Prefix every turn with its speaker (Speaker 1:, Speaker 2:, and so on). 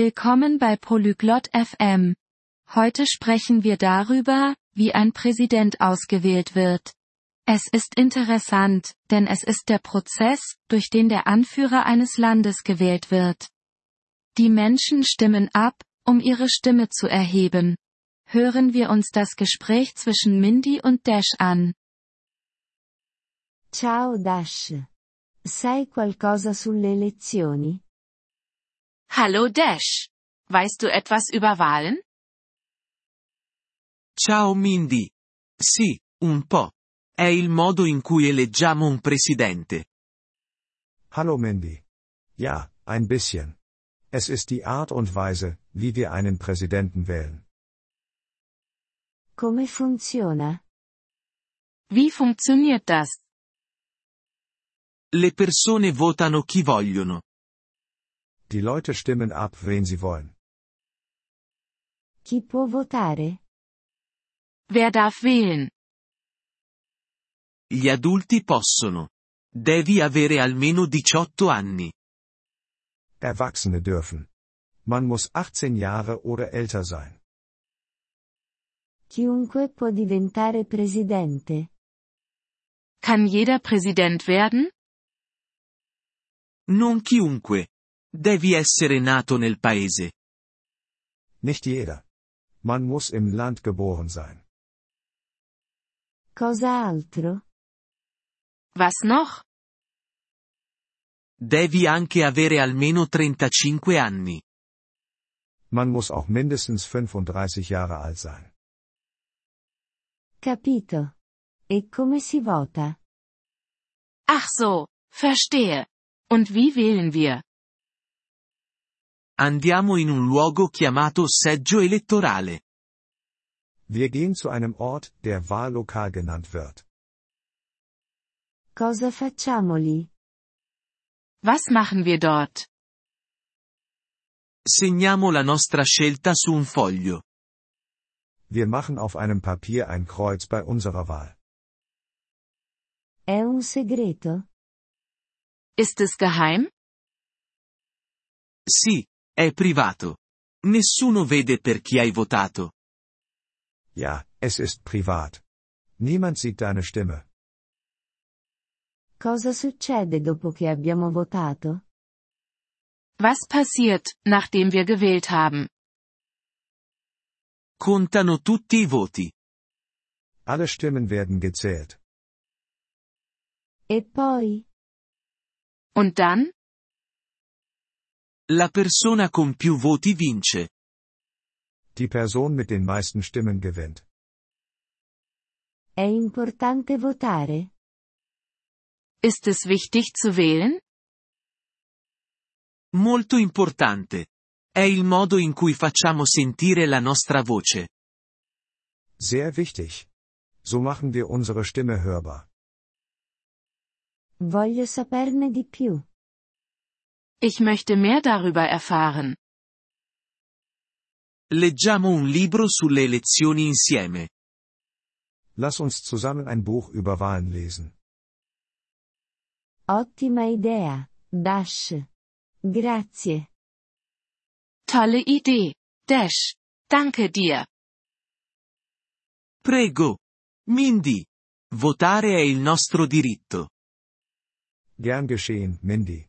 Speaker 1: Willkommen bei Polyglot FM. Heute sprechen wir darüber, wie ein Präsident ausgewählt wird. Es ist interessant, denn es ist der Prozess, durch den der Anführer eines Landes gewählt wird. Die Menschen stimmen ab, um ihre Stimme zu erheben. Hören wir uns das Gespräch zwischen Mindy und Dash an.
Speaker 2: Ciao Dash. Sai qualcosa sulle elezioni?
Speaker 3: Hallo Dash. Weißt du etwas über Wahlen?
Speaker 4: Ciao Mindy. Sì, un po'. È il modo in cui eleggiamo un presidente.
Speaker 5: Hallo Mindy. Ja, ein bisschen. Es ist die Art und Weise, wie wir einen Präsidenten wählen.
Speaker 2: Come funziona?
Speaker 3: Wie funktioniert das?
Speaker 4: Le persone votano chi vogliono.
Speaker 5: Die Leute stimmen ab, wen sie wollen.
Speaker 2: Chi può votare?
Speaker 3: Wer darf wählen?
Speaker 4: Gli adulti possono. Devi avere almeno 18 anni.
Speaker 5: Erwachsene dürfen. Man muss 18 Jahre oder älter sein.
Speaker 2: Chiunque può diventare presidente.
Speaker 3: Kann jeder Präsident werden?
Speaker 4: Non chiunque. Devi essere nato nel paese.
Speaker 5: Nicht jeder. Man muss im Land geboren sein.
Speaker 2: Cosa altro?
Speaker 3: Was noch?
Speaker 4: Devi anche avere almeno 35 anni.
Speaker 5: Man muss auch mindestens 35 Jahre alt sein.
Speaker 2: Capito. E come si vota?
Speaker 3: Ach so, verstehe. Und wie wählen wir?
Speaker 4: Andiamo in un luogo chiamato seggio elettorale.
Speaker 5: Wir gehen zu einem Ort, der Wahllokal genannt wird.
Speaker 2: Cosa facciamo lì?
Speaker 3: Was machen wir dort?
Speaker 4: Segniamo la nostra scelta su un foglio.
Speaker 5: Wir machen auf einem Papier ein Kreuz bei unserer Wahl.
Speaker 2: È un segreto?
Speaker 3: Ist es geheim?
Speaker 4: Sì, è privato. Nessuno vede per chi hai votato.
Speaker 5: Ja, es ist privat. Niemand sieht deine Stimme.
Speaker 2: Cosa succede dopo che abbiamo votato?
Speaker 3: Was passiert, nachdem wir gewählt haben?
Speaker 4: Contano tutti i voti.
Speaker 5: Alle Stimmen werden gezählt.
Speaker 2: E poi?
Speaker 3: Und dann?
Speaker 4: La persona con più voti vince.
Speaker 5: Die Person mit den meisten Stimmen gewinnt.
Speaker 2: È importante votare?
Speaker 3: Ist es wichtig zu wählen?
Speaker 4: Molto importante. È il modo in cui facciamo sentire la nostra voce.
Speaker 5: Sehr wichtig. So machen wir unsere Stimme hörbar.
Speaker 2: Voglio saperne di più.
Speaker 3: Ich möchte mehr darüber erfahren.
Speaker 4: Leggiamo un libro sulle elezioni insieme.
Speaker 5: Lass uns zusammen ein Buch über Wahlen lesen.
Speaker 2: Ottima idea, Dash. Grazie.
Speaker 3: Tolle Idee. Dash. Danke dir.
Speaker 4: Prego. Mindy. Votare è il nostro diritto.
Speaker 5: Gern geschehen, Mindy.